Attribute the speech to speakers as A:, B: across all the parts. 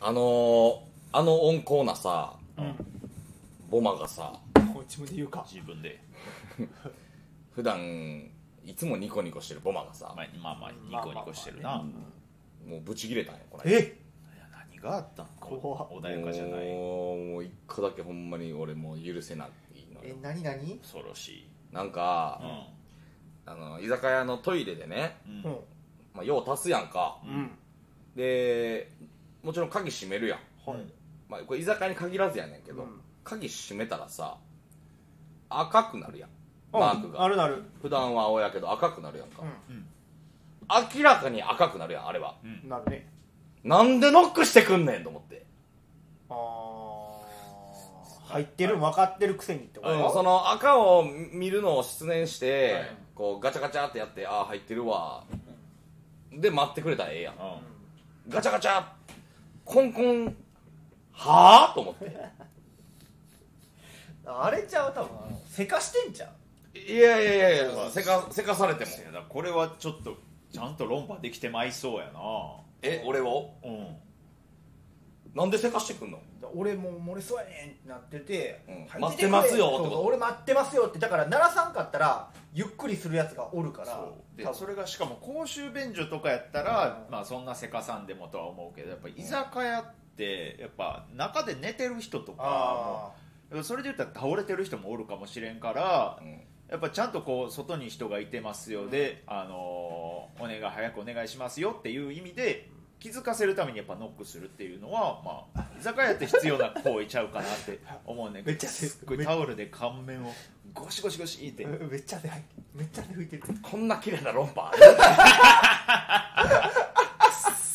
A: あのー、あの温厚なさ
B: うん
A: ボマがさ
B: こっちもで言うか
C: 自分で、
A: 普段いつもニコニコしてるボマがさ
C: まあ、まあまあニコニコしてるな、
A: もうブチギレたんよこれ
B: え
C: いや何があったん
B: 怖っ
C: 穏やかじゃない
A: もうもう一個だけほんまに俺もう許せないの
B: え
A: よ
B: 何何
C: 恐ろしい
A: なんか
C: う、ん
A: あの居酒屋のトイレでね、
C: うん
B: うん
A: まあ、用足すやんか
B: うん
A: でもちろん鍵閉めるやん、
C: はい
A: まあ、これ居酒屋に限らずやねんけど、
B: うん
A: 鍵閉めたらさ赤くなるやん
B: あ
A: マークが
B: あるなる
A: 普段は青やけど赤くなるやんか、
B: う
A: 明らかに赤くなるやんあれは
B: んなるね
A: なんでノックしてくんねんと思って、
B: あー入ってる分かってるくせにってこ
A: うんそ
B: と
A: の赤を見るのを失念して、
C: はい
A: こうガチャガチャってやってああ入ってるわで待ってくれたらええやん
C: うん
A: ガチャガチャコンコンはあと思って
B: あれちゃう多分あのせかしてんじゃん
A: いやいやいやいやせかせかされても
C: いやだからこれはちょっとちゃんと論破できてまいそうやな
A: え俺を
C: うん
A: なんでせかしてくんの
B: 俺もう漏れそうやねんってなってて、
A: うん
B: 入
A: 待っ
B: く
A: て
B: れ
A: ますよってこと
B: そうそう俺待ってますよってだから鳴らさんかったらゆっくりするやつがおるから
C: そうで
B: 多分
C: それがしかも公衆便所とかやったら、
B: うん
C: まあ、そんなせかさんでもとは思うけどやっぱ居酒屋ってやっぱ中で寝てる人と
B: あ
C: かもそれで言ったら倒れてる人もおるかもしれんから
A: うん
C: やっぱちゃんとこう外に人がいてますよで、あのーお願い早くお願いしますよっていう意味で気づかせるためにやっぱノックするっていうのは、まあ、居酒屋って必要な行為ちゃうかなって思うねんけど
B: めっちゃ
C: すっごいタオルで顔面をゴシゴシゴシって
B: ーめっちゃでめっちゃで拭いてる
A: こんな綺麗な論破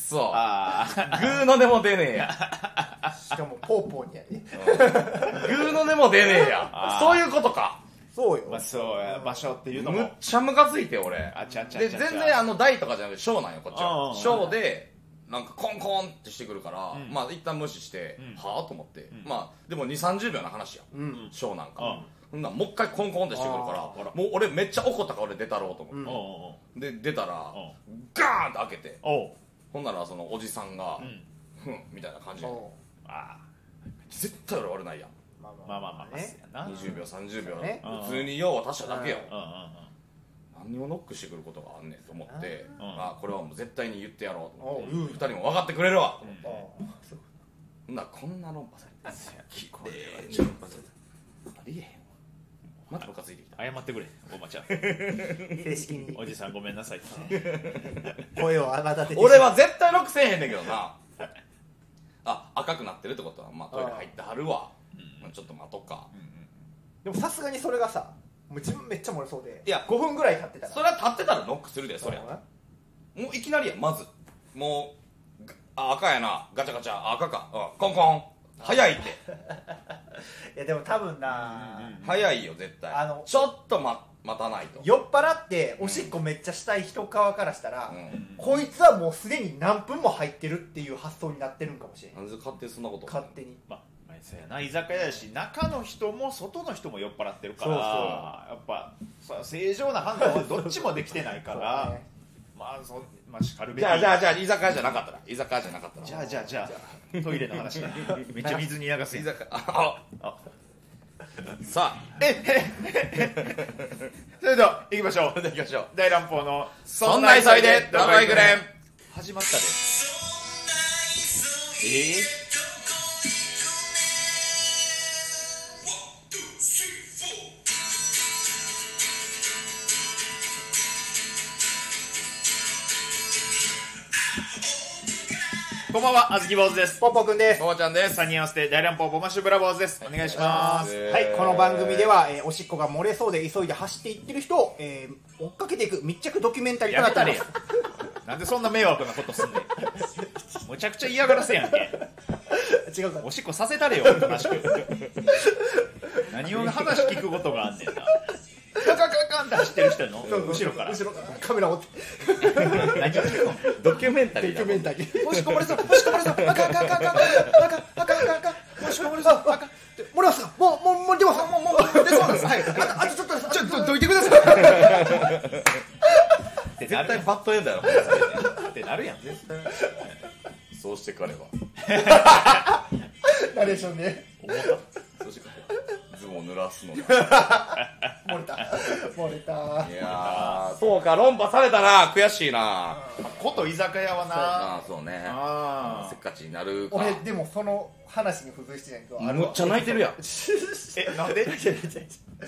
A: そう
C: ああ
A: グーの根も出ねえや
B: しかもポーポーにやね
A: グーの根も出ねえや
C: あー
A: そういうことか
B: そうよ、
C: まあそうや場所っていうの
A: むっ
C: も
A: ちゃムカついて俺
C: あちゃちゃ
A: で
C: ちゃ
A: 全
C: ちゃ
A: 然あの大とかじゃなくて小なんよこっち
C: うんうん
A: は
C: うん
A: 小でなんかコンコンってしてくるから、
C: うん
A: まあ一旦無視して、
C: うん
A: はあと思って、
C: ん
A: まあでも2 3 0秒の話や
B: うん
A: 小なん
C: う
A: か
C: ん、
A: ほんならもう一回コンコンってしてくるから
B: あ
C: ー
A: もう俺めっちゃ怒ったから俺出たろうと思って、
B: うん
C: おう
A: で出たら、
C: う
A: ガーンって開けて
C: おうおう
A: ほんならそのおじさんが
C: う、ん
A: ふんみたいな感じで
B: おう
C: あ
A: 絶対俺悪ないやん
B: まあ
C: あまあまあまあ
B: ね
C: やなうんうん
A: 20秒30秒、
B: ね
A: 普通に用は足しただけよ、
B: うん
A: 何をノックしてくることがあんねんと思って、
C: うん
A: あこれはもう絶対に言ってやろうと思って、
B: おう
A: 2人も分かってくれるわと思っ
C: うん
B: あ
C: うん
B: ーそう
A: てほんならこんな論破されて
C: これは
A: ちょっとありえへんわまたムカついてきた
C: 謝ってくれおばちゃん
B: 正式に
C: おじさんごめんなさいって
B: 声を泡立てて
A: 俺は絶対ノックせえへんねんけどな あ赤くなってるってことは、まあ、トイレ入ってはるわ、まあ、ちょっと待とっか、
B: でもさすがにそれがさもう自分めっちゃ漏れそうで
A: いや
B: 5分ぐらい経ってたか
A: そ
B: ら
A: れは立ってたらノックするでそりゃ
B: うん
A: もういきなりやまずもうがあ赤やなガチャガチャあ赤か、うん、コンコン早いって
B: いやでも多分な、
C: うんうんうん
A: 早いよ絶対
B: あの
A: ちょっと、ま、待たないと
B: 酔っ払っておしっこめっちゃしたい人側からしたら、
A: うん
B: こいつはもうすでに何分も入ってるっていう発想になってるんかもしれへん
A: なんで勝手にそんなこと
B: 勝手に
C: まあまあそうやな居酒屋やし中の人も外の人も酔っ払ってるから
B: そうそう
C: やっぱそう正常な判断はどっちもできてないから、
B: そうね
C: まあそまあしかるべ
A: じ
C: き
A: ゃあじゃあじゃあ居酒屋じゃなかったら居酒屋じゃなかったら
C: じゃあじゃあじゃあトイレの話だめっちゃ水に流す
A: 居
C: やん
A: 酒屋ああ
C: あ
A: さあ
C: それでは行きましょう
A: 行きましょう
C: 大乱暴の
A: そんな急いでどこ行くねん
C: 始まったでえーこんばんは、あずき坊主です。
B: ポンポくんです
A: おばちゃんです
C: サニーアンステ大乱暴ボマッシュブラボーズです。お願いします。
A: えー
B: はい、この番組では、えーおしっこが漏れそうで急いで走っていってる人を、えー追っかけていく密着ドキュメンタリーと
C: や
B: な
C: め
B: ってお
C: た
B: り
C: れ
B: ま
C: や
B: す。
C: なんでそんな迷惑なことすんねん。むちゃくちゃ嫌がらせやんけ。
B: 違うか
C: おしっこさせたれよ、おとなしく。何を話聞くことがあんねんな。カンカンカンカンって走ってる人の後ろから。
B: 後ろからカメラを追って
C: 何聞くの
A: ドキュメンタリーだ
B: ドキュ
A: も
B: メン
A: ん
B: タリー
C: 押しこぼれそう、押しこぼれそう、あかんあかんあかんあかんあかんあかんあかんあかん。押しこぼれそう、あかん。
B: 漏れますかもうもうもう出ますもうもう出そうですはいあとあとちょっとです
C: ちょっとどいてください。ってな
A: 絶
C: るや
A: 対
C: ん。
A: バッドエンドやろ
C: ってなるやん。
A: そうしてくれば
B: ナレーションで
C: 思った
A: そしてズボンを濡らすのだ
B: 漏れた漏れた
A: いやーそうか論破されたな悔しいな
C: こと居酒屋はな
A: ああそうね
C: あ
A: せ
C: あ
A: っかちになるか
B: 俺でもその話に付随してないけど
A: むっちゃ泣いてるやん
C: えなんで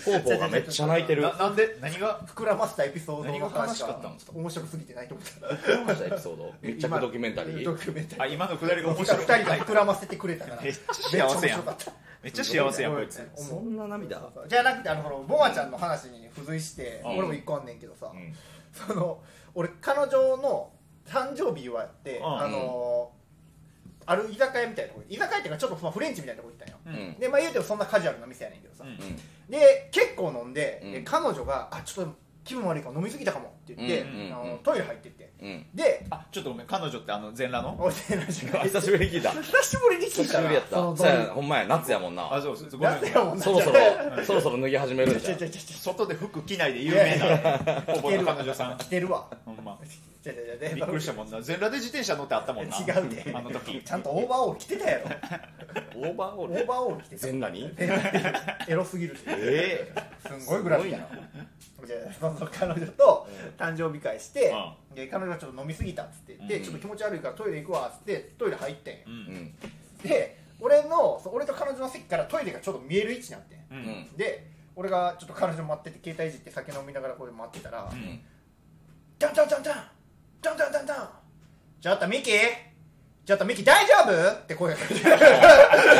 A: 方法がめっちゃ泣いてる
C: ななんで何が
B: 膨らませたエピソードの
C: 何が悲
B: 話
C: しかった
B: が
C: んですか
B: 面白すぎてないと思った
A: どうしたエピソード密着ドキュメンタリ
B: ド
A: ー
B: キュメンタリ
C: あ今のくだりが
B: ー
C: 面
B: 二
C: 白い
B: 人が膨らませてくれ たからめ
C: めっ
B: っ
C: ち
B: ち
C: ゃ
B: ゃ
C: 幸
B: 幸
C: せ
B: せや
C: やん
B: ん
C: めっちゃ幸せやんこいつ
A: そんな涙
B: じゃなくてあのそのボアちゃんの話に付随して、
C: うん
B: 俺も一個あんねんけどさ、
A: うん
B: その俺彼女の誕生日祝って、
C: うん
B: あのある居酒屋みたいなとこ居酒屋っていうかちょっとまあフレンチみたいなとこ行ったんよ、
C: う
A: うんん
B: でまあ言うてもそんなカジュアルな店やねんけどさ、
C: うん
A: うん
B: で結構飲んで,で、
A: うん
B: 彼女が「あちょっと気分悪いから飲みすぎたかも」って言って、
A: うんうんうん
B: あのトイレ入ってって
A: うん
B: で
C: あちょっとごめん彼女ってあの全裸の
B: おいでなんか
A: 久しぶりに聞いた久
B: 久しぶりに聞い
A: しぶりやった
B: その
A: そうやほんまや夏やもん
C: あ
A: な
C: そうそうごめん
B: なんでやもんな
A: そろそろ そろそろ脱ぎ始めるんじ
B: ち
A: ゃ
B: ょ
A: ん
B: ちょちょちょ
C: 外で服着ないで有名なほぼの彼女さん
B: 来てるわ
C: ほんま
B: ちょちょちょ
C: びっくりしたもんな全裸で自転車乗ってあったもんな
B: 違うで
C: あの時
B: ちゃんとオーバーオール着てたやろ
A: オーバーオ
B: オーバーオール着てた
A: 全裸に
B: エロすぎる
A: え
B: すんごいグラフィーやなじゃあその彼女と誕生日会して、で彼女がちょっと飲みすぎたっつって、で
A: うん
B: ちょっと気持ち悪いからトイレ行くわっつってトイレ入ってんよ
A: え
C: う
A: うんん
B: で俺のそう俺と彼女の席からトイレがちょっと見える位置になってん
C: う
A: うんん
B: で俺がちょっと彼女待ってて携帯いじって酒飲みながらこれ待ってたら
A: う
B: 「
A: ん
B: ダンダンダンダンダンダンダンダンちょっとミキちょっとミキ大丈夫?」って声がかけて
A: う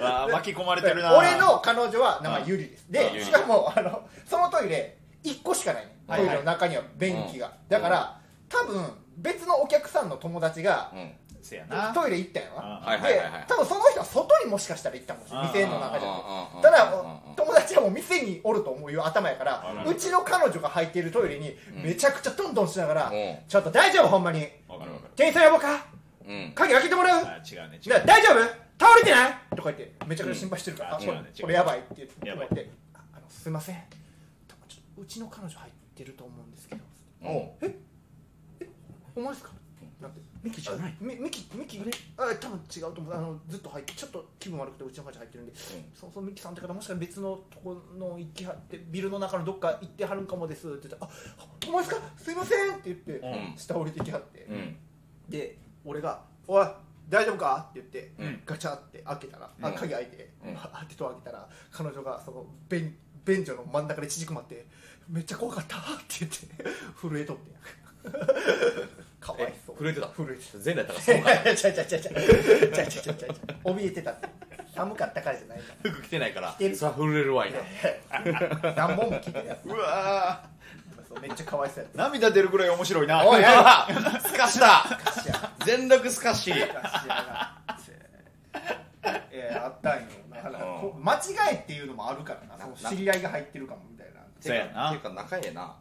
A: ん
C: あー巻き込まれてるな
B: 俺の彼女は名前ゆりです
A: うん
B: でしかもあのそのトイレ1個しかないね
C: は
B: ト
C: いはい
B: イレの中には便器がだから多分別のお客さんの友達が
A: うん
C: せやな
B: トイレ行ったんやわ
C: あ
A: はいはい
B: で
A: はいはい
B: 多分その人は外にもしかしたら行ったかもしれない
C: あー
B: 店の中じゃな
A: あー
B: くてただ
A: あー
B: 友達はもう店におると思う頭やか
C: あな
B: ら
C: るほど
B: うちの彼女が入っているトイレに
A: ん
B: めちゃくちゃトントンしながら
A: うん
B: 「ちょっと大丈夫ほんまに
C: わかるわかる
B: 店員さん呼ぼうか
A: うん
B: 鍵開けてもらう
C: あー違うね違
B: な
C: う
B: 大丈夫倒れてないとか言ってめちゃくちゃ心配してるから、
C: うん
B: あこ
C: 違うね違う
B: れこれやばいって言って
C: やばい
B: こうやってああのすいません多分ちょっとうちの彼女入ってると思うんですけど
A: お
B: ええお前ですかなんてミキじゃないミミキミキねあ多分違うと思うあのずっと入ってちょっと気分悪くてうちの彼女入ってるんで、そうそうミキさんって方もしかしたら別のとこの行きはってビルの中のどっか行ってはるんかもですって言ったら「あお前ですかすいません」って言って、
A: うん
B: 下降りてきはって、
A: うん
B: で俺が「おい大丈夫か?」って言って、
A: うん
B: ガチャって開けたら、
A: う
B: あ
A: ん
B: 鍵開いて、
A: うん
B: あってと開けたら彼女がその便便所の真ん中で縮こまって「めっちゃ怖かった」って言 って震えと ってんかわいそう
A: え震えてた
B: 震えてた
A: 全裸やったら
B: ち
A: そ
B: ゃ
A: うか
B: ちゃちゃちゃちゃちゃちゃちゃちゃ怯えてたって寒かったからじゃないか
A: 服着てないから
B: 着てる
A: そら震えるわいな
B: ら何本も聞いてるやつ
C: うわ
B: そうめっちゃかわいそう
C: ー涙出るぐらい面白いな
A: おいやばすかした
B: やつシア
A: 全力すかし
B: しやがってえーあったんよだからこう間違えっていうのもあるからな
A: な
B: その知り合いが入ってるかもみたいな
C: そうやな
A: ていうか仲ええな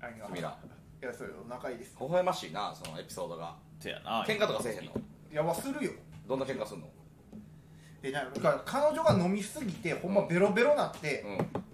B: あれが
A: 君ら
B: いやそうよ仲いいです
A: 微笑ましいなそのエピソードが
C: せやな
A: 喧嘩とかせえへんの
B: いやわするよ
A: どんな喧嘩すんの
B: でなだから彼女が飲みすぎてほんまベロベロなって、
A: うん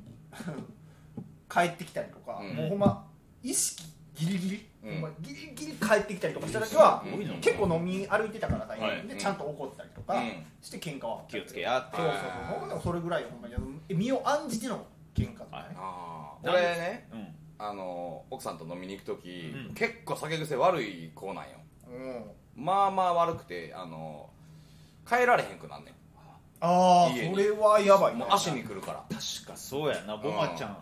B: 帰ってきたりとか、
A: うん
B: もうほんま意識ギリギリ、
A: うん
B: ほんまギリギリ帰ってきたりとかした時は、
A: すごいな
B: 結構飲み歩いてたからさ、
C: はい
B: で
A: うん
B: ちゃんと怒ったりとか
A: うん
B: して喧嘩は
C: 気をつけやって
B: そうそうそうほんでそれぐらいほんまに身を案じての喧嘩とかね、
C: はい
A: ああ俺ね
C: うん
A: あの奥さんと飲みに行く時
C: うん
A: 結構酒癖悪い子なんよ
B: うん
A: まあまあ悪くてあの帰られへんくなんねん
B: ああ
A: 家に
B: それはやばいね
A: もう足に来るから
C: 確かそうやなボマちゃん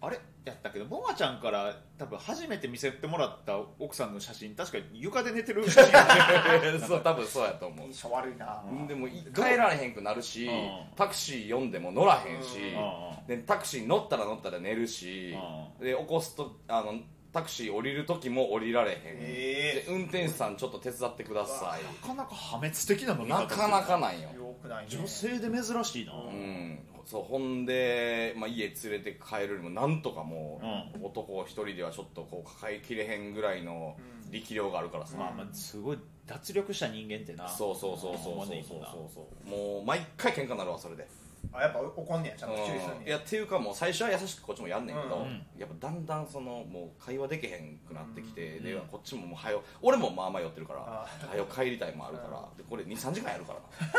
C: あれやったけどボマちゃんから多分初めて見せてもらった奥さんの写真確か床で寝てる写真
A: そう多分そうやと思う
B: 印象悪いな、
A: うんでもい帰られへんくなるし
C: うん
A: タクシー呼んでも乗らへんし
C: う
A: でタクシー乗ったら乗ったら寝るしで起こすとあのタクシー降りる時も降りられへん
B: え
A: で運転手さんちょっと手伝ってくださ
C: なかなか破滅的なの
A: いなかなかなんよ
B: よくないね
C: 女性で珍しいな、
A: うんそうほんで、まあ、家連れて帰るよりもなんとかもう、男一人ではちょっとこう抱えきれへんぐらいの
B: うん
A: 力量があるからさ、
C: まあまあすごい脱力した人間ってな
A: そうそうそうそうそうそうそうそうもう毎回喧嘩になるわそれで
B: あやっぱ怒んねやちゃんと注意する
A: うん
B: ね
A: いやっていうかもう最初は優しくこっちもやんねんけど、
B: うん
C: うん
A: やっぱだんだんそのもう会話できへんくなってきて、
C: うん
A: で
C: うん
A: こっちももう早う俺もまあまあ寄ってるから
B: あ
A: 早う帰りたいもあるからでこれ23時間やるから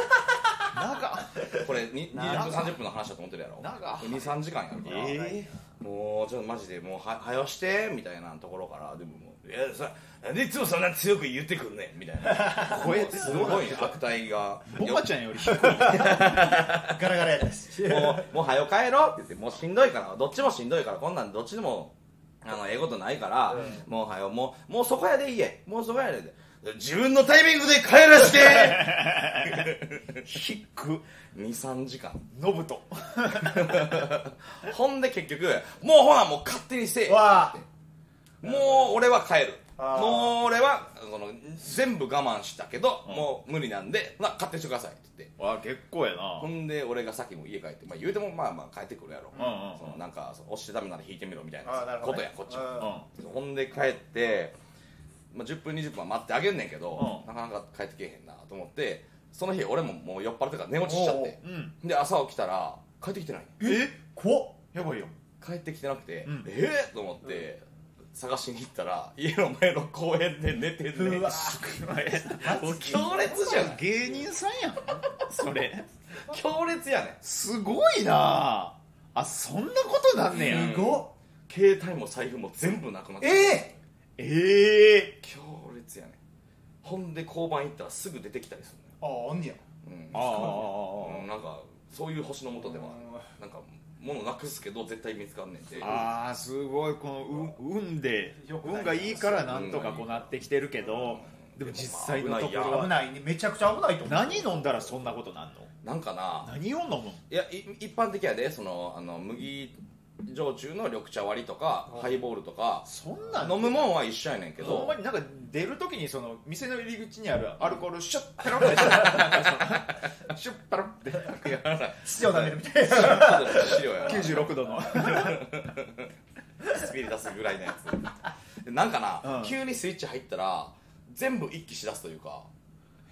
A: な
C: 長
A: これに20分30分の話だと思ってるやろ
C: 長
A: 23時間やるから、
C: え
A: もうちょっとマジでもうは早うしてみたいなところからでももういやさなんでいつもそんな強く言ってくんねんみたいな 声すごい悪態が
C: ー、ボカちゃんより低い
B: ーガラガラやった し
A: もう、もう早よ帰ろうって言って、もうしんどいから、どっちもしんどいから、こんなんどっちでも、あの、ええことないから、
B: う
A: もうはよ、もう、もうそこやでいいえ、もうそこやでって。自分のタイミングで帰らして
C: 低く
A: !2、3時間。
C: ノブと
A: ほんで結局、もうほな、もう勝手にせえ
B: わあ
A: もう俺は帰る。
B: あー
A: もう俺は、その、全部我慢したけど、もう無理なんで、まあ、勝手にしてくださいって言って。
C: わ結構やな
A: ほんで俺がさっきも家帰って、まあ、言うてもまあまあ帰ってくるやろ、
C: うんうん
A: そのなんかその押してダメなら引いてみろみたいな
B: あーなるほ
A: こ
B: ど
A: と
B: ね
A: やこっちも、
B: うん
C: うん
A: ほんで帰って、まあ、10分20分は待ってあげんねんけど、
C: う
A: なかなか帰ってけえへんなと思ってその日俺ももう酔っ払ってから寝落ちしちゃって
C: うん
A: で朝起きたら帰ってきてない
C: え
B: 怖っ
C: やばいよ
A: 帰ってきてなくて、
C: うん
A: ええと思って、探しに行ったら家の前の公園で寝てんねん
B: うわ
C: もう
A: 強烈じゃん
C: 芸人さんやんそれ
A: 強烈やねん
C: すごいなあそんなことなんねや、
A: うん
B: すごっ
A: 携帯も財布も全部なくなって
B: え
C: ええ
A: 強烈やねんほんで交番行ったらすぐ出てきたりする
B: ー、ああんねや
A: のよ、うん、
C: ああああ
A: うんなんかそういう星の下ではなんか物なくすけど絶対見つかんねんて
C: ああーすごいこの運運で
B: よくない
C: 運がいいからなんとかこうなってきてるけどでも実際のところ
B: 危
C: は
B: ないねめちゃくちゃ危ないと思う
C: 何飲んだらそんなことなんの
A: なんかな
C: 何を飲むん
A: いやい一般的やでそのあの麦焼酎の緑茶割りとかハイボールとか
C: そんなん
A: 飲むもんは一緒やねんけ
C: ほん
A: ど
C: まになんか出る時にその店の入り口にあるアルコールシュッペロ ッてなんかそのシュッペロッて
B: 父を食べるみたいな
A: 資料 やな
C: 96度の
A: スピリ出すぐらいのやつなんかな、
C: うん
A: 急にスイッチ入ったら全部一気しだすというか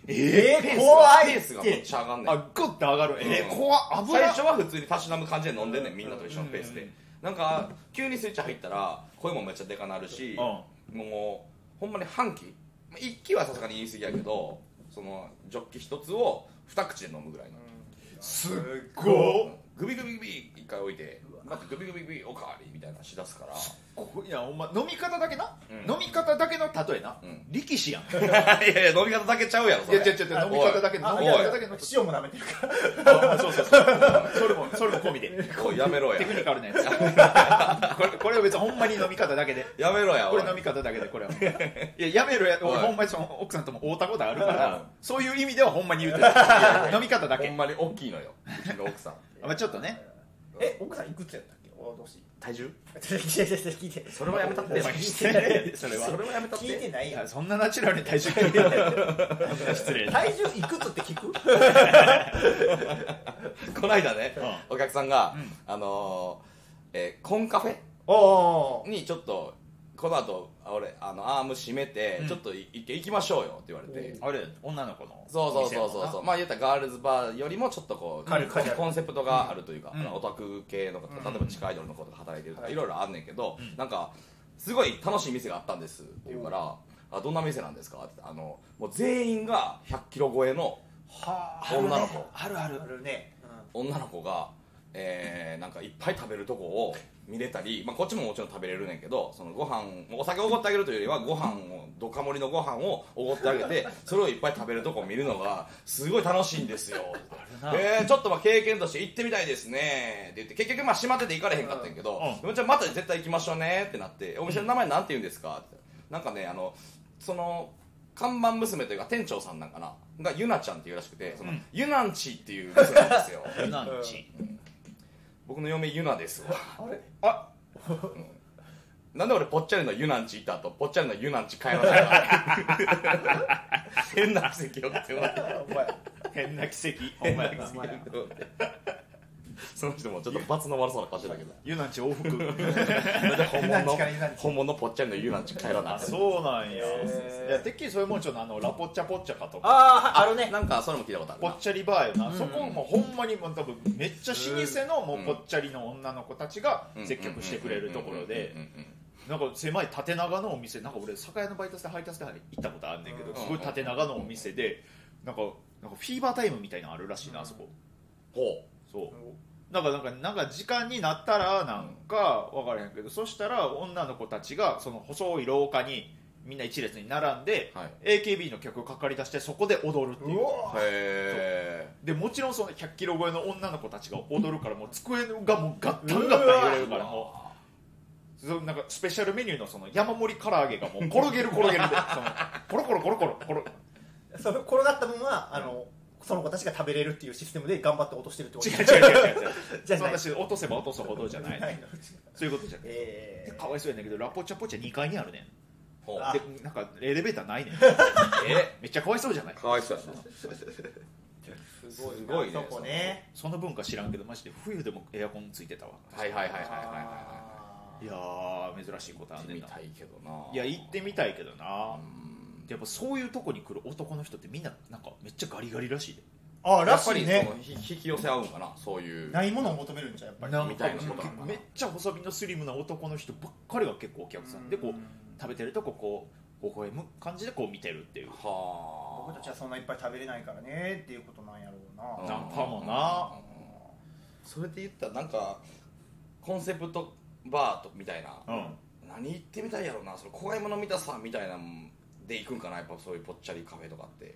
B: え
A: ペー
B: ー、
A: スが
B: 怖
A: ペ
B: い
A: ー
B: っ
A: スがめってちゃ上がんねん
C: あグッて上がるえー、怖っ危
A: 最
C: ない
A: 初は普通にたしなむ感じで飲んでんねんみんなと一緒のペース
C: うん
A: でなんか急にスイッチ入ったら声もめっちゃでかなるしもうほんまに半期まあ一気はさすがに言い過ぎやけどそのジョッキ一つを二口で飲むぐらいの
C: すっごっ
A: グビグビグビ一回置いてまたグビグビグビおかわりみたいなのしだす から
C: こいやお前飲み方だけな、
A: うん
C: 飲み方だけの例えな、
A: うん
C: 力士やんい
A: いやいや飲み方だけちゃうやろそ
C: や
A: れ
C: 違う違う違う飲み方だけの
B: あ
C: 飲
B: い
C: み
B: や
C: 方だけの
B: 塩も舐めてるから
C: あそうそうそうそれもそれも込みで
A: おいやめろや
C: テクニカルなやつ これこれは別にほんまに飲み方だけで
A: やめろや
C: こ
A: おい
C: れ飲み方だけでこれはいややめろや俺
A: おい
C: ほんまにその奥さんとも会うたことあるか
A: うん
C: らそういう意味ではほんまに言うてる飲み方だ
A: ほ
C: け
A: んまに大きいのようちの奥さん
C: まあちょっとね
B: え奥さんいくつやったっけお年
A: 体重
B: 聞いて聞いて
A: それはやめたって
C: お前失礼 それは
A: それはやめたって
B: 聞いてない
C: い
B: やん
C: やそんなナチュラルに体重聞いてない失礼
B: 体重いくつって聞く
A: この間ね、お客さんが、
C: うん
A: あのーえーコンカフェ
B: おお
A: にちょっとこの後俺あのアーム締めて、
C: うん
A: ちょっとい行け行きましょうよって言われて、
C: あれ女の子の
A: そうそうそうそうそうまあ言ったらガールズバーよりもちょっとこう
B: 軽い
A: コン
B: 軽い
A: コンセプトがあるというか、
C: うん
A: オタク系の方
B: うん
A: 例えば地下アイドルの子とか働いてるとか、
B: はい
A: い、ろいろあんねんけど、
C: ん
A: なんかすごい楽しい店があったんですって言うから「あどんな店なんですか?」って言ってあのもう全員が100キロ超えの
B: はあ
A: 女の子、
C: あるある
B: あるね
A: 女の子が、えーなんかいっぱい食べるとこを見れたり、まあ、こっちももちろん食べれるねんけどそのご飯お酒をおごってあげるというよりはご飯をドカ盛りのご飯をおごってあげ てそれをいっぱい食べるとこを見るのがすごい楽しいんですよ
C: な
A: えーちょっとまあ経験として行ってみたいですねって言って結局まあ閉まってて行かれへんかったんやけど
C: うん、
A: じゃあまた絶対行きましょうねってなってお店の名前なんて言うんですかってなんかねあのその看板娘というか店長さんなんかながゆなちゃんっていうらしくてその、
C: うん
A: ゆなんちっていう娘なんですよ
C: ルナンチ
A: 僕の嫁ゆなですわ
B: あれ
C: あ
A: なんで俺ぽっちゃりのゆなんち行った後ぽっちゃりのゆなんち帰らなかった変な奇跡をって思って
B: お前
C: 変な奇跡お前
B: お前
A: その人もちょっと罰の悪そうな顔してたけど
C: ユナチ往復
A: なんで本物
B: ユナ
A: の
B: チからユナチ
A: 本物のぽっちゃりのユナチ帰らな
C: あ
A: い
C: そうなんや、
B: へー
C: いやてっきりそういうもんちょっとあのラポッチャポッチャかとか
B: あああるね
A: なんかそれも聞いたことある
C: ぽ
A: な
C: っちゃりバーよな、そこもほんまにもう多分めっちゃ老舗のもうぽっちゃりの女の子たちが接客してくれるところで
A: うんうんうんうん
C: なんか狭い縦長のお店なんか俺酒屋のバイトして配達で行ったことあるんだけ
B: うん
C: どすごい縦長のお店でなんかなんかフィーバータイムみたいなのあるらしいなあそこ
A: ほ
C: そうなんかなんかなんか時間になったらなんか分からへんけどそしたら女の子たちがその細い廊下にみんな一列に並んで
A: うはい
C: AKB の曲をかかり出してそこで踊るっていう
B: うわ
A: へえ
C: でもちろんその100キロ超えの女の子たちが踊るからもう机がもうガッタンガッタン揺れるからもうそのなんかスペシャルメニューのその山盛り唐揚げがも う転げる転げるでそのコロコロコロコロコロ
B: その転がった分はあのその子たちが食べれるっていうシステムで頑張って落としてるってこと
C: 違う違う違う違う
B: じゃ
C: そ
B: ない
C: んなし落とせば落とすほどじゃないそういうことじゃない
B: え
C: かわいそうやねんけどラポチャポチャ2階にあるねん
A: ほう
B: あ
C: でなんかエレベーターないねん
A: え
C: めっちゃかわいそうじゃない
A: かわいそうやな
B: ー、
A: すごいなすごいね
B: そこね
C: その文化知らんけどマジで冬でもエアコンついてたわ
A: はいはいはいはいはい
B: あ
C: い
B: ー
C: やー珍しいことあ
A: はい
C: ん
A: 行っ
C: ね
A: てみ
C: んな
A: たいけどない
C: いや行ってみたいけどな
A: うん
C: やっぱそういうとこに来る男の人ってみんななんかめっちゃガリガリらしいで
B: あー
A: や
B: ら
A: っぱ
B: し
A: り
B: い
A: そ
B: ね
A: のひ引き寄せ合うんかなそういう
B: ないものを求めるんじゃんやっぱり
C: なん
A: かみたいなことなのかな
C: めっちゃ細身のスリムな男の人ばっかりが結構お客さんでこう食べてるとここう微笑む感じでこう見てるっていう
A: はあ
B: 僕たちはそんないっぱい食べれないからねっていうことなんやろうな、
C: ナンパもな
A: それで言ったらなんかコンセプトバーとみたいな、
C: うん
A: 何行ってみたいやろうなその怖いもの見たさみたいなんで行くんかなやっぱそういうぽっちゃりカフェとかって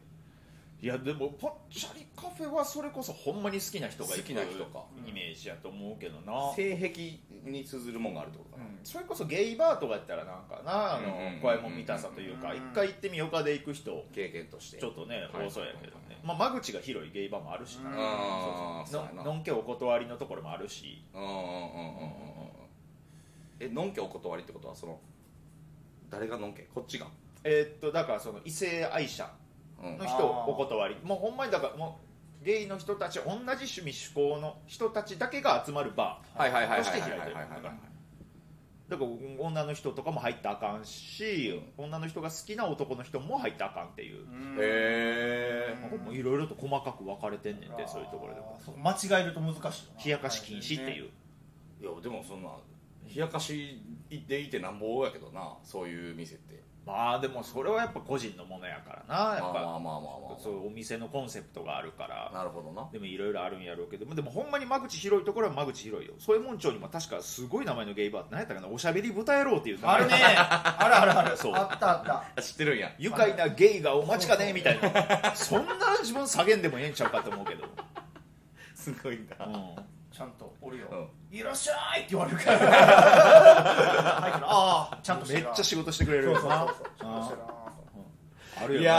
C: いやでもぽっちゃりカフェはそれこそほんまに好きな人が行く
A: 好きな人か
C: イメージやと思うけどな、
A: 性癖に通ずるもんがあるってことかな、
C: それこそゲイバーとかやったらなんかなあ
A: うんうんうんう
C: の
A: ん
C: 怖いもん見たさというか
B: うん
C: 一回行ってみようかで行く人
A: 経験として
C: ちょっとね
A: はい
C: 多そうやけどねまあ間口が広いゲイバーもあるしな
B: うん
A: あー
C: そ
A: そう
C: うそう
A: やな
C: ののんけお断りのところもあるし
A: うんうんうんうんうんうんえのんけお断りってことはその誰がのんけこっちが、
C: えーっとだからその異性愛者
A: うん
C: の人をお断りもうほんまにだからもうゲイの人たち同じ趣味趣向の人たちだけが集まるバ
A: はいはいはいはい
C: そ
A: は
C: し
A: い
C: て
A: は
C: 開
A: い
C: いて
A: はい
C: る
A: はい
C: だからだから女の人とかも入ったらあかんし女の人が好きな男の人も入ったらあかんっていう
B: うん
A: へ
B: うん
C: もういろいろと細かく分かれてんねんて
B: あー
C: そういうところでも
B: そう間違えると難しいよな
C: 冷やかし禁止っていう
A: えいやでもそんな冷やかしでいてなんぼやけどなそういう店って
C: まあでもそれはやっぱ個人のものやからなやっ
A: まあま
C: ぱ
A: あまあまあまあ、
C: そういうお店のコンセプトがあるから
A: なるほどな
C: でもいろいろあるんやろうけどでもほんまに間口広いところは間口広いよそういうもんちょにも確かすごい名前のゲイバーって何やったかなおしゃべり豚野郎っていう名前
B: あるねあるあるある
C: そう
B: あったあった
A: あ知ってるんや
C: 愉快なゲイがお待ちかねみたいなそんな自分下げんでもええんちゃうかと思うけど、
A: すごいな
C: う
B: ちゃんとおるよ、
A: う
B: いらっしゃいって言われるから入ってるああちゃんと
C: ん、
B: し
C: め
B: て
C: っ
B: るな
C: ちゃ仕事してくれる
B: そう
C: よ
B: そ
C: な
B: うそうちゃんとしてるな
C: あるよ
A: い
C: な
A: や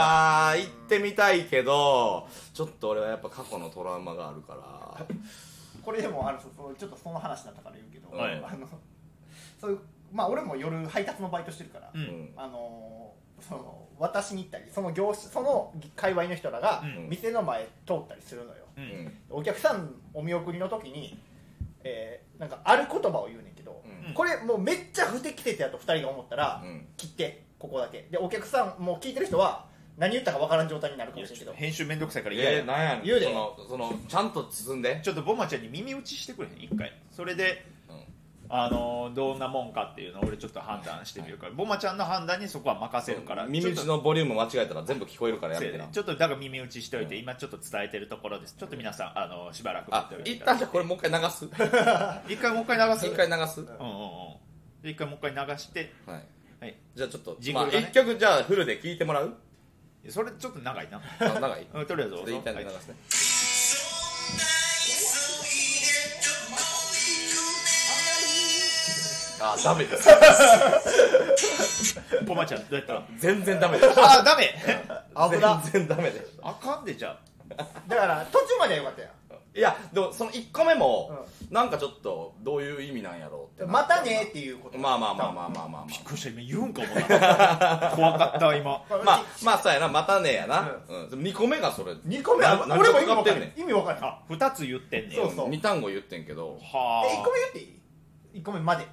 A: ー行ってみたいけどちょっと俺はやっぱ過去のトラウマがあるから
B: これでもあるそうちょっとその話だったから言うけど、
A: はい
B: あのそういうまあ俺も夜配達のバイトしてるから、
C: うん
A: うん
B: あのーその渡しに行ったりその業種その界隈の人らが
C: うん
B: 店の前通ったりするのよ、
C: う
A: うん
C: ん
B: お客さんお見送りの時に、えーなんかある言葉を言うねんけど、
A: うん
B: これもうめっちゃ不適切やと2人が思ったら、
A: うん
B: 切ってここだけでお客さんもう聞いてる人は何言ったか分からん状態になるかも
C: いや
B: しれん
C: ち
B: け
C: ょ
B: ど
C: っと編集めんどくさいから嫌や
A: えー、なんやねん
B: 言うで
A: そのそのちゃんと包んで
C: ちょっとボマちゃんに耳打ちしてくれへん一回それで、あのーどんなもんかっていうのを俺ちょっと判断してみるから、ボマちゃんの判断にそこは任せるから
A: 耳打ちのボリューム間違えたら全部聞こえるからや
C: せ
A: め
C: や
A: て
C: で
A: な
C: ちょっとだから耳打ちしておいて、
A: うん
C: 今ちょっと伝えてるところですちょっと皆さんあのしばらく
A: あ
C: 待っておいてい
A: 一
C: ただ
A: 旦
C: い
A: じ
C: て
A: ゃあこれもう一回流 す
C: 一回もう一回流す
A: 一回流す
C: うんうんうんで一回もう一回流して
A: はい、
C: はい
A: じゃあちょっと、
C: ジング
A: まあ、
C: ルがね
A: 一曲じゃあフルで聴いてもらう
C: それちょっと長いな
A: あ長い
C: うんとりあえず
A: それ一旦流
C: はい
A: すね、あーダメです
C: ボマちゃんど うやった
A: 全然ダメです
C: あダメ
B: 危な
A: 全然ダメです
C: あかんでじゃあ
B: だから途中まではよかったやん
A: いやでもその1個目も
B: うん
A: なんかちょっとどういう意味なんやろうって
B: またねっていうこと
A: まあまあまあまあまあまあまあ
C: びっくりした今言うんかもな怖かった今
B: まあ
A: まあまあそうやなまたねやな、うん、2個目がそれ
B: 2個目は
A: な
B: 俺も意味
A: 何
B: わか
A: 使
B: ん
A: ん
B: な
A: ね
B: い意味わかんない
C: あ二つ言ってんねや
B: そうそう
A: 2単語言ってんけど
C: は
B: え1個
C: あ
B: 目言っていい1個目まで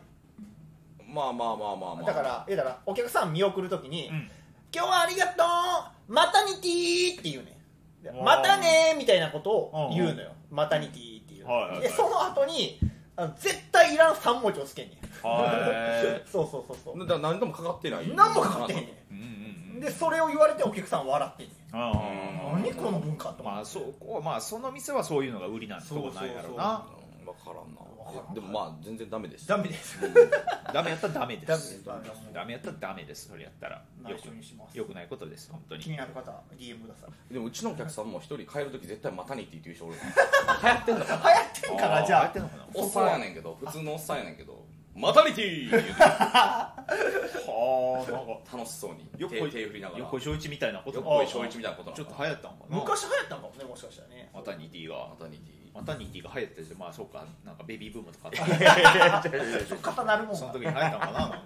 A: まあまあまあまあまあ
B: だからえだからお客さん見送るときに
C: うん
B: 「今日はありがとうマタニティ」って言うねで
C: うん
B: またねーみたいなことを言うのよマタニティっていう
C: はいはいはい
B: でその後にあの絶対いらん3文字をつけんねん
C: は
B: そうそうそうそう
A: だから何ともかかってない
B: 何もかかってへんね
C: いうんうん
B: んでそれを言われてお客さん笑ってんねん
C: うんうんうん
B: 何この文化と
C: まあそこまあその店はそういうのが売りなんてとこないやろ
B: そう
C: う
B: そう
C: な
A: うん分からんな
B: わからん
A: でもまあ全然ダメでした
B: ダメです
C: ダメやったらダメで
B: ダメですすダメです
C: ダメやったらダメですそれやったらよ
B: 内緒にします
C: くよくないことです本当に
B: 気になる方は DM ください
A: でもうちのお客さんも一人帰るとき絶対マタニティっていう人おるから流行ってんだから
B: 流行ってんか
C: あ
B: ら
C: ー
B: じゃ
C: 流行
B: あ
C: ってんのかな
A: おっさんやねんけど普通のおっさんやねんけどマタニティって言って
C: はあなんか
A: 楽しそうに
C: 横
A: 手手振りながら横
C: 横井
A: 井
C: 翔一みたいなこと
A: 翔一みたいなことな
C: ちょ
A: の
C: っ
A: か
C: と流行ったんかな
B: 昔流行ったんかもねもしかしたらね
C: マタニティ
A: マ
C: が
A: タニテ
C: マタニティが流行っててまあそうかなんかベビーブームとかあった
B: そっからなるもん
C: その時に流行ったんかななんか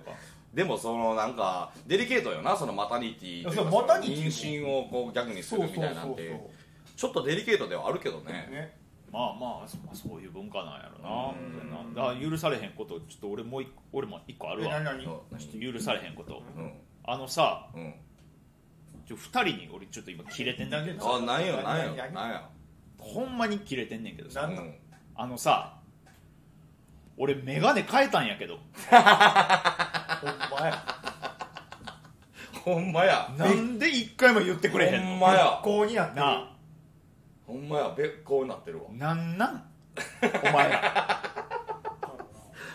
A: ィでもそのなんかデリケートよなそのマタニティというか
B: そうマタニティ
A: 妊娠をこうギャグにするみたいなんてちょっとデリケートではあるけどね
B: ね
C: まあまあそまあそういう文化なんやろな
B: うん
C: だから許されへんことちょっと俺もう一個俺も一個あ
B: え
C: るわ
B: 何何
A: うん
C: ちょっと許されへんこと
A: うん
C: あのさ
A: うん
C: ちょ2人に俺ちょっと今キレてんだけど
A: あなんやなん
B: 何
A: や
B: 何
A: なんや
C: ほんまにキレてんねんけど
A: う
C: さ
B: 何
A: ん
C: あのさ俺眼鏡変えたんやけど
B: ほんまや
A: ほんまや
C: なんで一回も言ってくれへ
A: ほ
C: ん
A: ん
C: の
A: まや
B: こうになってる
C: なあ
A: ほんまやべこうなってるわ
C: な んなんお前ら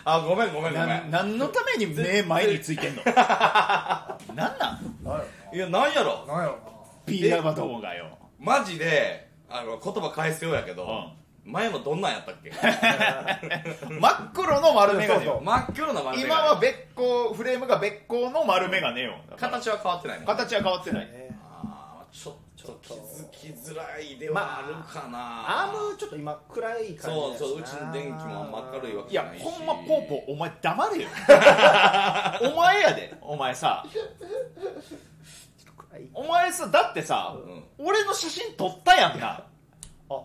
A: あごめんごめんごめ
C: なん何のために目前についてんのなんなん
B: なんや
A: いやなんやろ
B: ろななんやろ
C: ピーラーバどもがよ
A: マジであの言葉返すようやけど前のどんなんやったっけ
C: 真っ黒の丸眼鏡
B: そう
C: よ
B: そ
A: 真っ黒な丸眼鏡
C: 今は別光フレームが別光の丸眼鏡よだから
A: 形は変わってないの
C: 形は変わってな
B: ないね
A: あーちょっと気づきづらいで
B: ま
A: は
B: あ
A: あるかな、
B: アームちょっと今暗い感じ
A: そうそうう
B: だ
A: ち
B: し
A: の
B: な
A: 電気も明るいわけ
C: い
A: じゃ
C: や
A: ないし
C: ほんまポーポーお前黙れよお前やでお前さ
B: 暗い
C: お前さだってさ、
A: うん
C: 俺の写真撮ったやんか
B: あ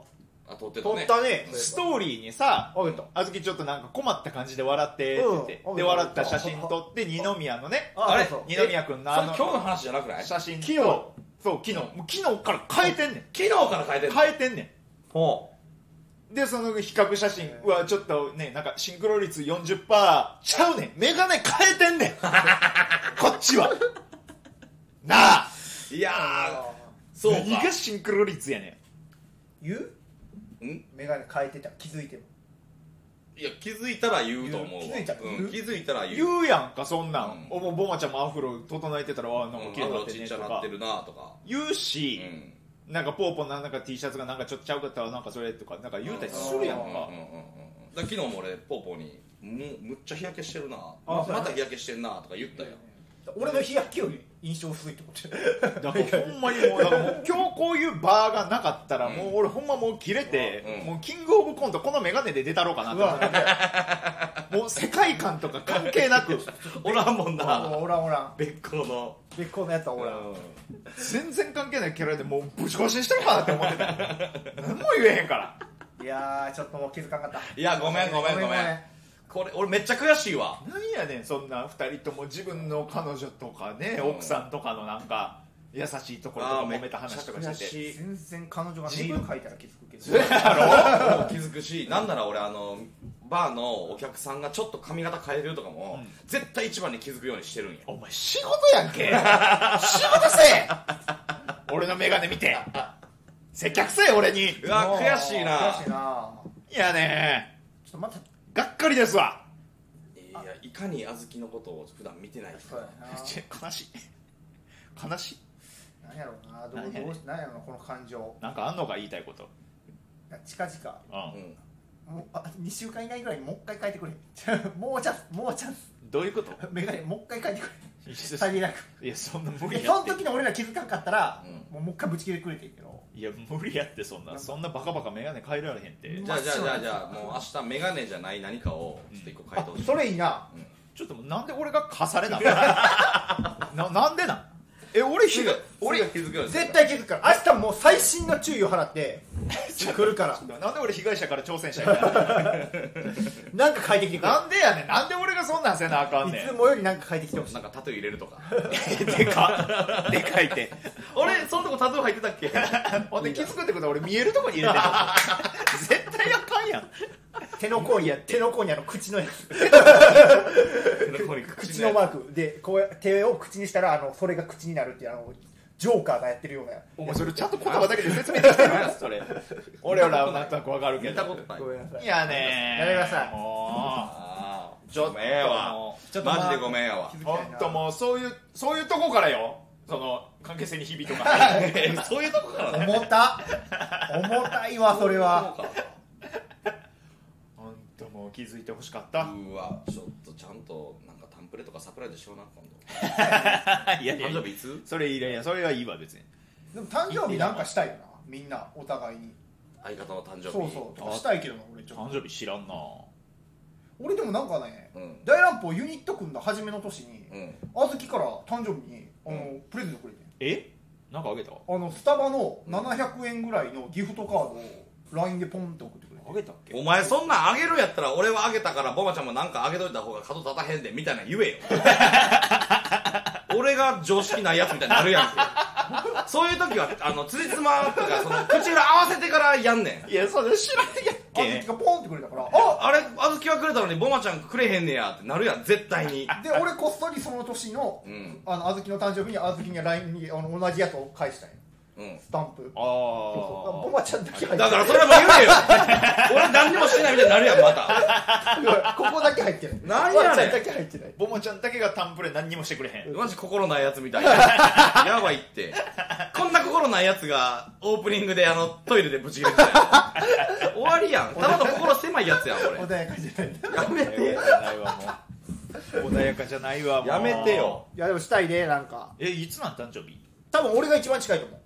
A: あ撮ってた
B: 撮
A: ね
B: ったね
C: ストーリーにさ
B: あげた
C: あずきちょっとなんか困った感じで笑ってって言って、
B: うん
C: で笑った写真撮って二宮のね
B: あ
A: あれ
B: そうそう
C: 二宮君の
A: そ
C: あ
A: れ
C: の
A: 今日の話じゃなくない昨
C: 写真と
B: 昨日
C: そう昨日もう昨日から変えてんね
A: 日から変えて
C: ん
A: る
C: 変えてんね
A: ほ
C: んでその比較写真
B: うん
C: はちょっとねなんかシンクロ率40%ちゃうねんメガネ変えてん ねんこっちはなあ
A: ういやー
B: あ
A: そう
C: 何
A: か
C: がシンクロ率やねん
B: 言うんメガネ変えてた気づいても
A: いや気づいたら言うと思うわ
B: 気づいたら言う
A: うん気づいたら言う
C: 言うやんかそんなん、
A: うん
C: おもボマちゃんもアフロ整えてたらわあなんか
A: うん
C: 綺麗にな
A: あ
C: って
A: ち
C: ん
A: っ
C: ね
A: ちゃ
C: と
A: なっ
C: か
A: てるなとか
C: 言う
A: う
C: し、
A: ん
C: なんかポーポーのなんか T シャツがなんかちょっとちゃうかったらなんかそれとかなんか言うたりするやん
A: う
C: か、
A: んうんうんうんだから昨日も俺ポーポーに「もうむっちゃ日焼けしてるな
B: あ
A: ま
B: そうや
A: また日焼けしてんな」とか言ったよ
B: 俺の日焼けより印象薄いってこと
C: だからほんまにもうだからもう今日こういうバーがなかったら
A: うん
C: もう俺ほんまもう切れて、
A: うん
C: もうキングオブコントこの眼鏡で出たろうかな
B: う
C: と思っ
B: わ
C: てもう世界観とか関係なく
A: おらんもん
B: もうおらんおらん
A: 別行の
B: 別個のやつはおらん
C: 全然関係ないキャラでもうぶち壊しにしてるかなって思ってた何も言えへんから
B: いやーちょっともう気づかなかった
A: いやごめんごめんごめんこれ俺めっちゃ悔しいわ
C: なんやねんそんな2人とも自分の彼女とかね、
A: うん
C: 奥さんとかのなんか優しいところとか
A: あー
C: 揉めた話とかしてて
A: しい
B: 全然彼女がネイル書いたら気づくけ
C: そ
B: ど
C: うや
A: もう気づく しなんなら俺あのバーのお客さんがちょっと髪型変えてるとかも、
C: う
A: 絶対一番に気づくようにしてるんや
C: ろお前仕事やんけ仕事せえ俺の眼鏡見て接客せえ俺に
A: うわ悔しいな
B: 悔しいない
C: やね
B: ちょっとまた
C: がっかりですわ
A: いやいかに小豆のことを普段見てない
B: そうや
C: ちょ悲しい悲しい
B: ななんやろうなど
C: なんやね
B: うどうしなんやろうなこの感情
C: なんかあんのか言いたいこと、
B: 近々
C: うん
A: うん
B: もうあ2週間以内ぐらいにもう一回変えてくれ もうチャンスもうチャンス
C: どういうこと
B: メガネもう一回変えてくれ
C: い
B: さりなく
C: やそんな無理
B: で
C: や
B: その
C: って
B: 時に俺ら気づかんかったら
A: うん
B: もうもう一回ぶち切れてくれていいけど
C: いや無理やってそんなそんなバカバカ眼鏡変えられへんって
A: じゃあじゃあじゃあじゃあもう明日メガネじゃない何かをちょっと一個回
B: あ
A: 答して
B: それいいな
C: ちょっともうなんで俺が課されな ななんでなんえ俺ひどい
A: 俺が気づくようにする
B: 絶対気づくから明日もう最新の注意を払って来るから
C: なんで俺被害者から挑戦者 やね
B: なんか変えてきて
C: ん
B: くれ
C: なんでやねんなんで俺がそんなんせなあかんね
B: いつ
C: ん
B: もよりなんか変えてきてほしい
A: なんかタトゥー入れるとか
C: でか でかいって
A: 俺そのとこタトゥー入ってた っけ
C: ほんで気づくってことは俺見えるとこに入れて る絶対あかんやん
B: 手の甲にや手の甲にあの口のやつ口のマークでこうや手を口にしたらあのそれが口になるっていうあのジョーカーがやってるような
C: お前それちゃんと言葉だけで説明できてるやんそれ俺らはなんとなくわかるけ
A: 見たこ
C: ど
A: とない
B: ごめんなさい
C: いやね
B: やめなさい
C: も
A: あー
C: ちょっと
A: ごめんやわ
B: ちょっとまあ
A: マジでごめんやわ
B: 気づ
C: う
B: きたいな
C: 本当もうそういうそういうとこからよその関係性に響とか
A: そういうとこからね
B: 重た重た いわそれは
A: そうか
C: 本当もう気づいてほしかった
A: うわちょっとちゃんとなんかタンプレとかサプライズしような今度
C: いや い
A: 誕生日いつ
C: それいいねそれはいいわ別に
B: でも誕生日なんかしたいよなみんなお互いに
A: 相方の誕生日
B: そうそうとかしたいけどな俺ちょっと
C: 誕生日知らんな
B: 俺でもなんかね
A: うん
B: 大乱歩ユニット組んだ初めの年に
A: うん
B: あずきから誕生日にあの、
A: う
B: プレゼントくれてん
C: えなんかあげた
B: あのスタバの700円ぐらいのギフトカードを LINE でポンって送ってくれて
C: あげたっけ
A: お前そんなんあげるんやったら俺はあげたからボマちゃんもなんかあげといた方が角立たへんでみたいなの言えよ俺が常識ないやつみたいになるやんけそういう時はあのつりつまとかその口裏合わせてからやんねん
C: いやそれ知らんやっ
B: あずきがポンってくれたからあ
A: あれあずきはくれたのにボマちゃんくれへんねやってなるやん絶対に
B: で俺こっそりその年の,、
A: うん
B: あのあずきの誕生日にあずきに LINE にあの同じやつを返したい
A: うん
B: スタンプ
C: あ
B: ボ
C: あ
B: マちゃんだけ入ってる
A: だからそれも言えよ俺何にもしてないみたいになるやんまた
B: ここだけ入ってる
A: なんやねん
B: ボマちゃんだけ入ってない
C: ボマちゃんだけがタンプレ何にもしてくれへん
A: マジ心ないやつみ たいなやばいってこんな心ないやつがオープニングであのトイレでぶち切れてたやん終わりやんただの心狭いやつやん俺
B: 穏やかじゃない
A: やめ
C: 穏やかじゃないわもう穏やかじゃないわもう
A: やめてよ
B: いやでもしたいねなんか
C: えいつなん誕生日
B: 多分俺が一番近いと思う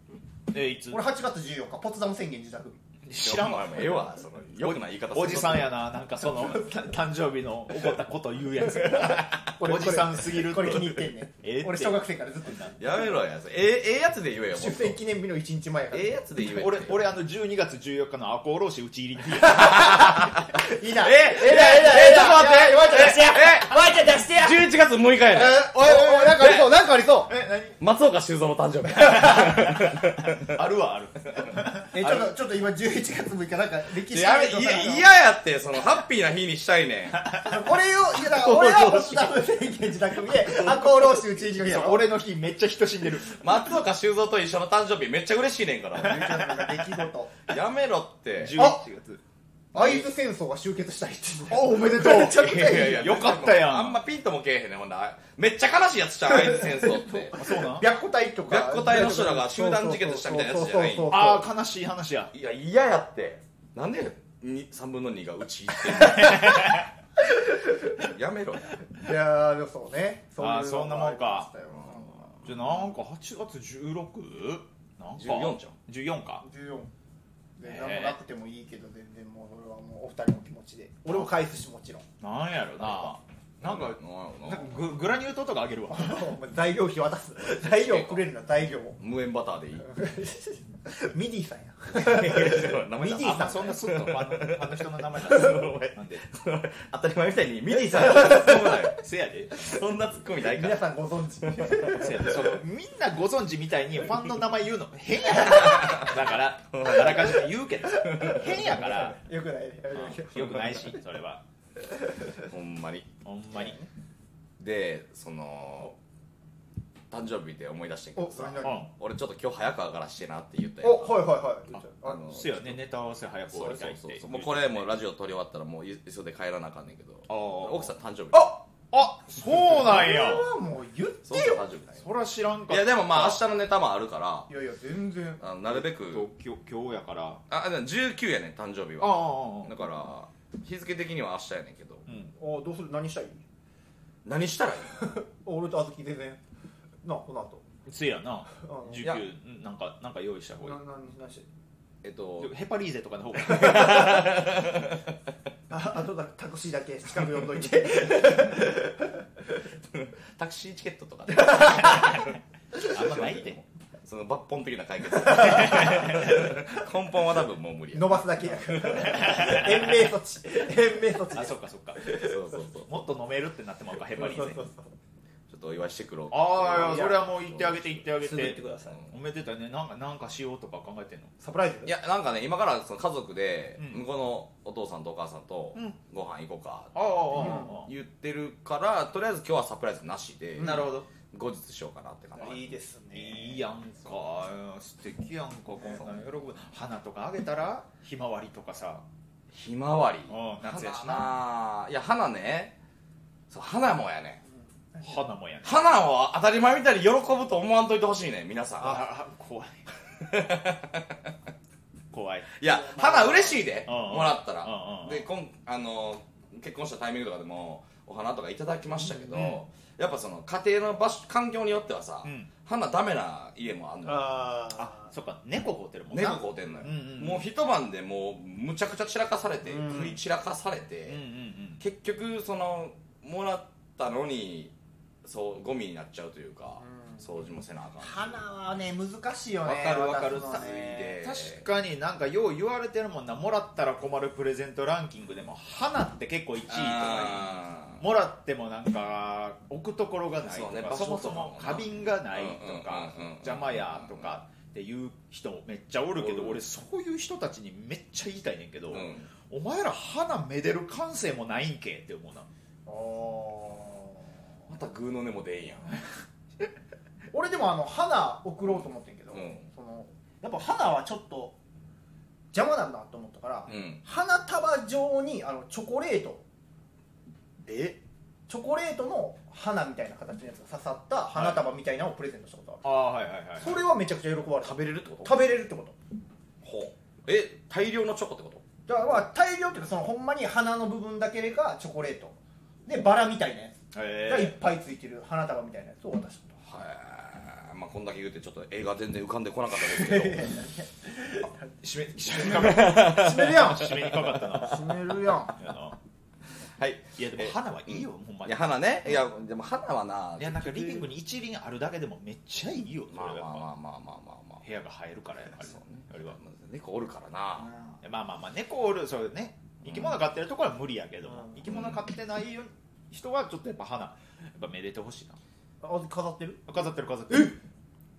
C: えいつ
B: 俺8月14日ポツダム宣言自宅日
C: 知らんわ
A: お前もうええわそのよくない言い方
C: おじさん
A: や
C: やななんかそのた誕生日の起こったこと言うやつ
B: これ
C: おじさんすぎるって
B: これ気に入ってんね
C: ええって
B: 俺小学生からずっと言った
A: やめろやそれええええやつで言えよも
B: 出
A: っと
B: 世
A: え
B: 記念日の1日前 やから
A: えやつで言えって
C: 俺俺あの12月14日の赤穂浪士討ち入りに
B: いい
A: え
B: なええだええだ
A: えちょっと待って
B: いやワンちゃん出してや
A: え
B: ワンちゃん出してや
A: 11月6日や
B: え
A: ねん
B: おいおいおいなんかありそうなんかありそ
C: え
A: 松岡修造の誕生日
C: 何あるわある
B: うえちょっとちょっと今11月6日なんか歴史
A: やめ
B: の
A: い
B: 中
A: や
B: の
A: 嫌やってそのハッピーな日にしたい ねん
B: 俺をいやだから俺はポツダム宣言自宅 日で赤穂浪士うちにいるやろ
C: 俺の日めっちゃ人死んでる
A: 松岡修造と一緒の誕生日めっちゃ嬉しいねんから
B: 11月の出来事
A: やめろって
C: 11月
B: 会津戦争が終結したいってあおめでとう めちゃく
A: い
B: ちゃいい
A: やいや
C: よかったやん
A: あんまピンともけえへんねんほんならめっちゃ悲しいやつちゃうあいつ戦争って
C: あそうなん
B: 白虎隊とか
A: 白虎隊の人らが集団自決したみたいなやつじゃない
B: そうそうそうそう
C: ああ悲しい話や
A: いや嫌やってなんで3分の2がうち行ってんのやめろ
B: いやーでもそうねういうの
C: あーそんなもんか
B: ありましたよ
C: じゃあなんか8月 16? なんか
A: 14じゃん
C: 14か
B: 14で
C: ね
B: 何もなくてもいいけど全然もう俺はもうお二人の気持ちで俺も返すしも ちろん
C: なんやろななんか
A: な
C: なんかググラニュー糖とかあげるわ
B: お前材料費 渡す材料くれるな材料を
A: 無塩バターでいい
B: ミディさんや
A: ミ
B: ディ
C: あそんなすんのあのあの人の名前なんですなんで
A: 当たり前みたいにミディさんのツッコむなよ
C: せやで
A: そんなツッコミないか
B: 皆
A: ら
B: さんご 存知
C: せやでその みんなご存知みたいにファンの名前言うの変や からだ からあらかじめ言うけど変や から
B: よくないね
C: よくないしそれは
A: ほんまに
C: ほんまに
A: でその誕生日で思い出してんけ
B: お
A: ど
B: そ
A: さ
B: れ
C: う
B: 何
C: ん
A: 俺ちょっと今日早く上がらしてなって言ったやん
B: おはいはいはい
A: あ
B: あ
A: の
C: せやねネタ合わせ早く終
A: そ
C: わ
A: う
C: り
A: そ
C: た
A: う
C: いって
A: そうそうもうこれもうラジオ撮り終わったらもうい急いで帰らなあかんねんけど
C: あー
A: 奥さん誕生日
B: あ
C: あそうなんや
B: これはもう言っ
A: そう
B: て
A: そう
B: よ
A: 誕生日なんや
C: そら知らんか
A: い
C: った
A: やでもまあ明日のネタもあるから
B: いやいや全然
A: あのなるべ
C: えっ
A: く
C: と今日今日やから
A: あでも19やねん誕生日
C: ああ
A: は
C: あ
A: だから日付的には明日やねんけど
C: あうん
B: おどうする何したい
A: 何したらいい
B: 俺とあずき全然なこの後
C: せやな
B: うん
C: 19
A: いや
C: うんなんかなんか用意した方がい
B: な何何して
A: えっと
C: いヘパリーゼとかの 方が
B: ああとだタクシーだけ近く呼んどいて
A: タクシーチケットとかね
C: あんまないって
A: その抜本的な解 決根本は多分もう無理や
B: 伸ばすだけや延命措置延命措置
C: あそっかそっか
A: そうそうそう
C: もっと飲めるってなってもらうかヘパリーゼ
A: ちょっとお祝いしてくろう
C: ああそれはもう言ってあげて言ってあげ
B: すぐ言っててください
A: うん
C: おめでたいねなんかなんかしようとか考えてんの
B: サプライズ
A: いやなんかね今からその家族で
C: うん
A: 向こうのお父さんとお母さんと
C: うん
A: ご飯行こうか
C: あああああ
A: 言ってるからとりあえず今日はサプライズなしで
C: あなるほど
A: 後日しようかなって感じ
B: いいですね
C: いいやんか素敵やんかこんなん喜ぶ花とかあげたらひまわりとかさ
A: ひまわり
C: うん夏やしな
A: なあいや花ねそう花もやね
C: 花もやね
A: 花を当たり前みたいに喜ぶと思わんといてほしいね皆さん
C: ああ怖い 怖い
A: いや、花嬉しいで、
C: うんうん
A: もらったら
C: うんうん。
A: で、こんあの結婚したタイミングとかでも、お花とかいただきましたけど、
C: うん
A: やっぱその家庭の場所、環境によってはさ、
C: うん
A: 花ダメな家もあるのよ。
B: あ
C: あそっか猫飼ってるもんな
A: 猫買うてんのよ、
C: うんうんうん
A: もう一晩でもうむちゃくちゃ散らかされて、
B: うん
A: 食い散らかされて、
C: うんうんうん
A: 結局そのもらったのにそうゴミになっちゃうというか、
B: うん
A: 掃除もせなあかん
B: 花はね難しいよ
A: わ
B: ね
A: かるわかる
B: 渡すのね
A: ついで
C: 確かになんかよう言われてるもんなもらったら困るプレゼントランキングでも花って結構1位とか
A: あー
C: にもらってもなんか置くところがないと
A: そうね
C: か
A: 場所
C: そも
A: もそ
C: そう
A: だもん
C: も
A: な
C: 花瓶がないとか
A: うんうんうんうん
C: 邪魔やとかっていう人めっちゃおるけ
A: お
C: ど
A: る
C: 俺そういう人たちにめっちゃ言いたいねんけど
A: うん
C: お前ら花めでる感性もないんけって思うな
B: お
A: またグーの音も出んやん
B: ー俺でもあの花送ろうと思ってんけど、
A: うん
B: そのやっぱ花はちょっと邪魔なんだと思ったから、
A: うん
B: 花束状にあのチョコレート
C: え
B: チョコレートの花みたいな形のやつが刺さった花束みたいなのをプレゼントしたことある、
C: ああはいはいはい
B: それはめちゃくちゃ喜ばれた
A: 食べれるってこと
B: 食べれるってこと
A: ほうえ大量のチョコってこと
B: だからまあ大量っていうかそのほんまに花の部分だけがチョコレートでバラみたいなやつ
C: へ
B: がいっ
C: え
B: ぱいついてる花束みたいなやつを渡したこ
A: はいまあこんだけ言うてちょっと映画全然浮かんでこなかったですけど あ締め締め
B: と 締めるやん
C: 締めにかかったな
B: 締めるやん
C: いやな
A: はい
C: いやでも花はいいよほんま
A: い
C: に
A: や花ねいやでも花はない
C: やなんかリビングに一輪あるだけでもめっちゃいいよそ
A: まあ
C: れ
A: ま
C: は
A: あ
C: やっ
A: ま
C: ぱ
A: あまあまあまあまあ
C: 部屋が入るからやっぱり
A: そうね
C: あれは
A: 猫おるからな
C: まあまあまあ猫おるそうね生き物飼ってるところは無理やけども、
B: うん
C: 生き物飼ってないよ人はちょっとやっぱ花やっぱめでてほしいな
B: あ飾ってる
C: 飾ってる飾ってる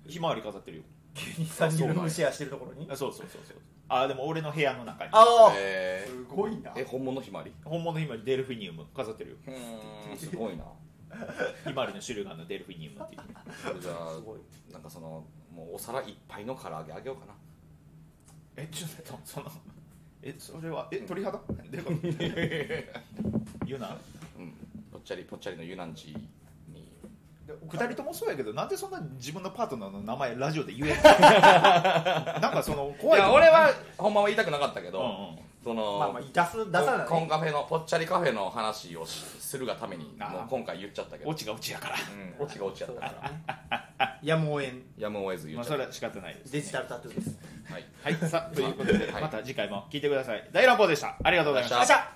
C: ひまわり飾ってるよ
B: 急に3人ルームシェアしてるところに
C: あそうそうそうそうあーでも俺の部屋の中に
B: ああ、
A: え
B: すごいな
A: ーえ本物ひまわり
C: 本物ひまわりデルフィニウム飾ってるよ
A: うーんすごいな
C: ひまわりの種類があるのデルフィニウムっていう
A: それじゃ
B: すごい
A: あなんかそのもうお皿いっぱいの唐揚げあげようかな
C: えちょっとそのえそれはえ鳥肌どういうこと言うな
A: うんぽっちゃりぽっちゃりのユナンチに
C: 2人ともそうやけどなんでそんな自分のパートナーの名前ラジオで言え んのなんかその
A: い
C: 怖い
A: や
C: とこ
A: 俺はほんまは言いたくなかったけ
C: うんう
A: ど
C: ん
A: その
B: まあまあ出す出さない、
A: コンカフェのぽっちゃりカフェの話をしするがためにも
C: あー
A: う今回言っちゃったけど
C: オチがオチやから、
A: うんオチがオチやったから
B: らやむをえん
A: やむを得ず言
C: ま
A: っ
C: あ、
A: ちゃ
C: そ
A: った、
C: れは仕方ないです、
B: デジタルタトゥーです
A: はい
C: はいさあということで、
A: はい
C: また次回も聞いてください大乱暴でしたありがとうございました
A: ありがとうございました
C: ありがとうございました